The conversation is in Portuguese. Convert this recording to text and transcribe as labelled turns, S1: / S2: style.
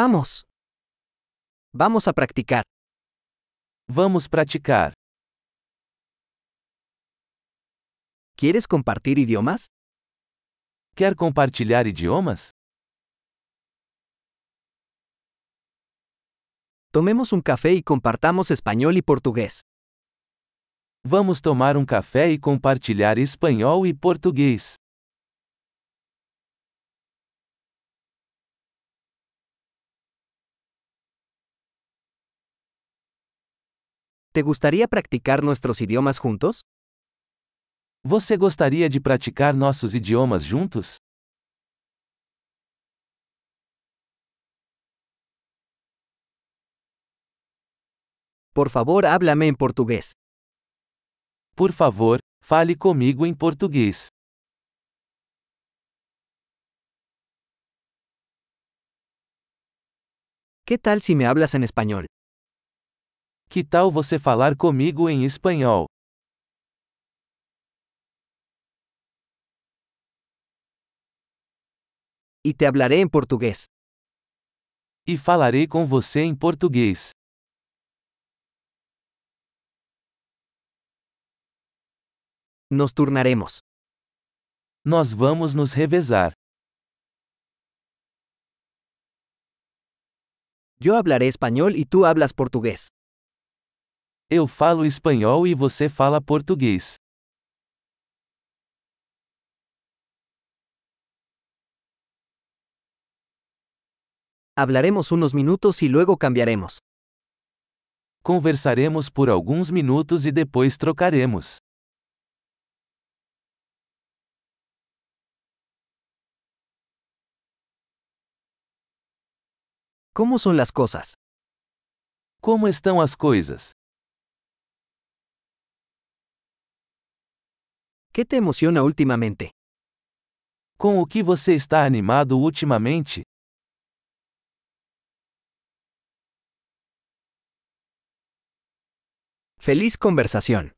S1: Vamos. Vamos a practicar.
S2: Vamos praticar.
S1: ¿Quieres compartir idiomas?
S2: Quer compartilhar idiomas?
S1: Tomemos un café y compartamos español y portugués.
S2: Vamos tomar um café e compartilhar espanhol e português.
S1: ¿Te gustaría practicar nuestros idiomas juntos?
S2: Você gostaria de praticar nossos idiomas juntos?
S1: Por favor, háblame en portugués.
S2: Por favor, fale comigo em português.
S1: ¿Qué tal si me hablas en español?
S2: Que tal você falar comigo em espanhol?
S1: Y te hablaré en portugués.
S2: E falarei com você em português.
S1: Nos turnaremos.
S2: Nós vamos nos revezar.
S1: Yo hablaré español y tú hablas portugués.
S2: Eu falo espanhol e você fala português.
S1: Hablaremos unos minutos y luego cambiaremos.
S2: Conversaremos por alguns minutos e depois trocaremos.
S1: ¿Cómo son las cosas?
S2: Como estão as coisas?
S1: ¿Qué te emociona últimamente?
S2: Com o que você está animado ultimamente?
S1: Feliz conversación.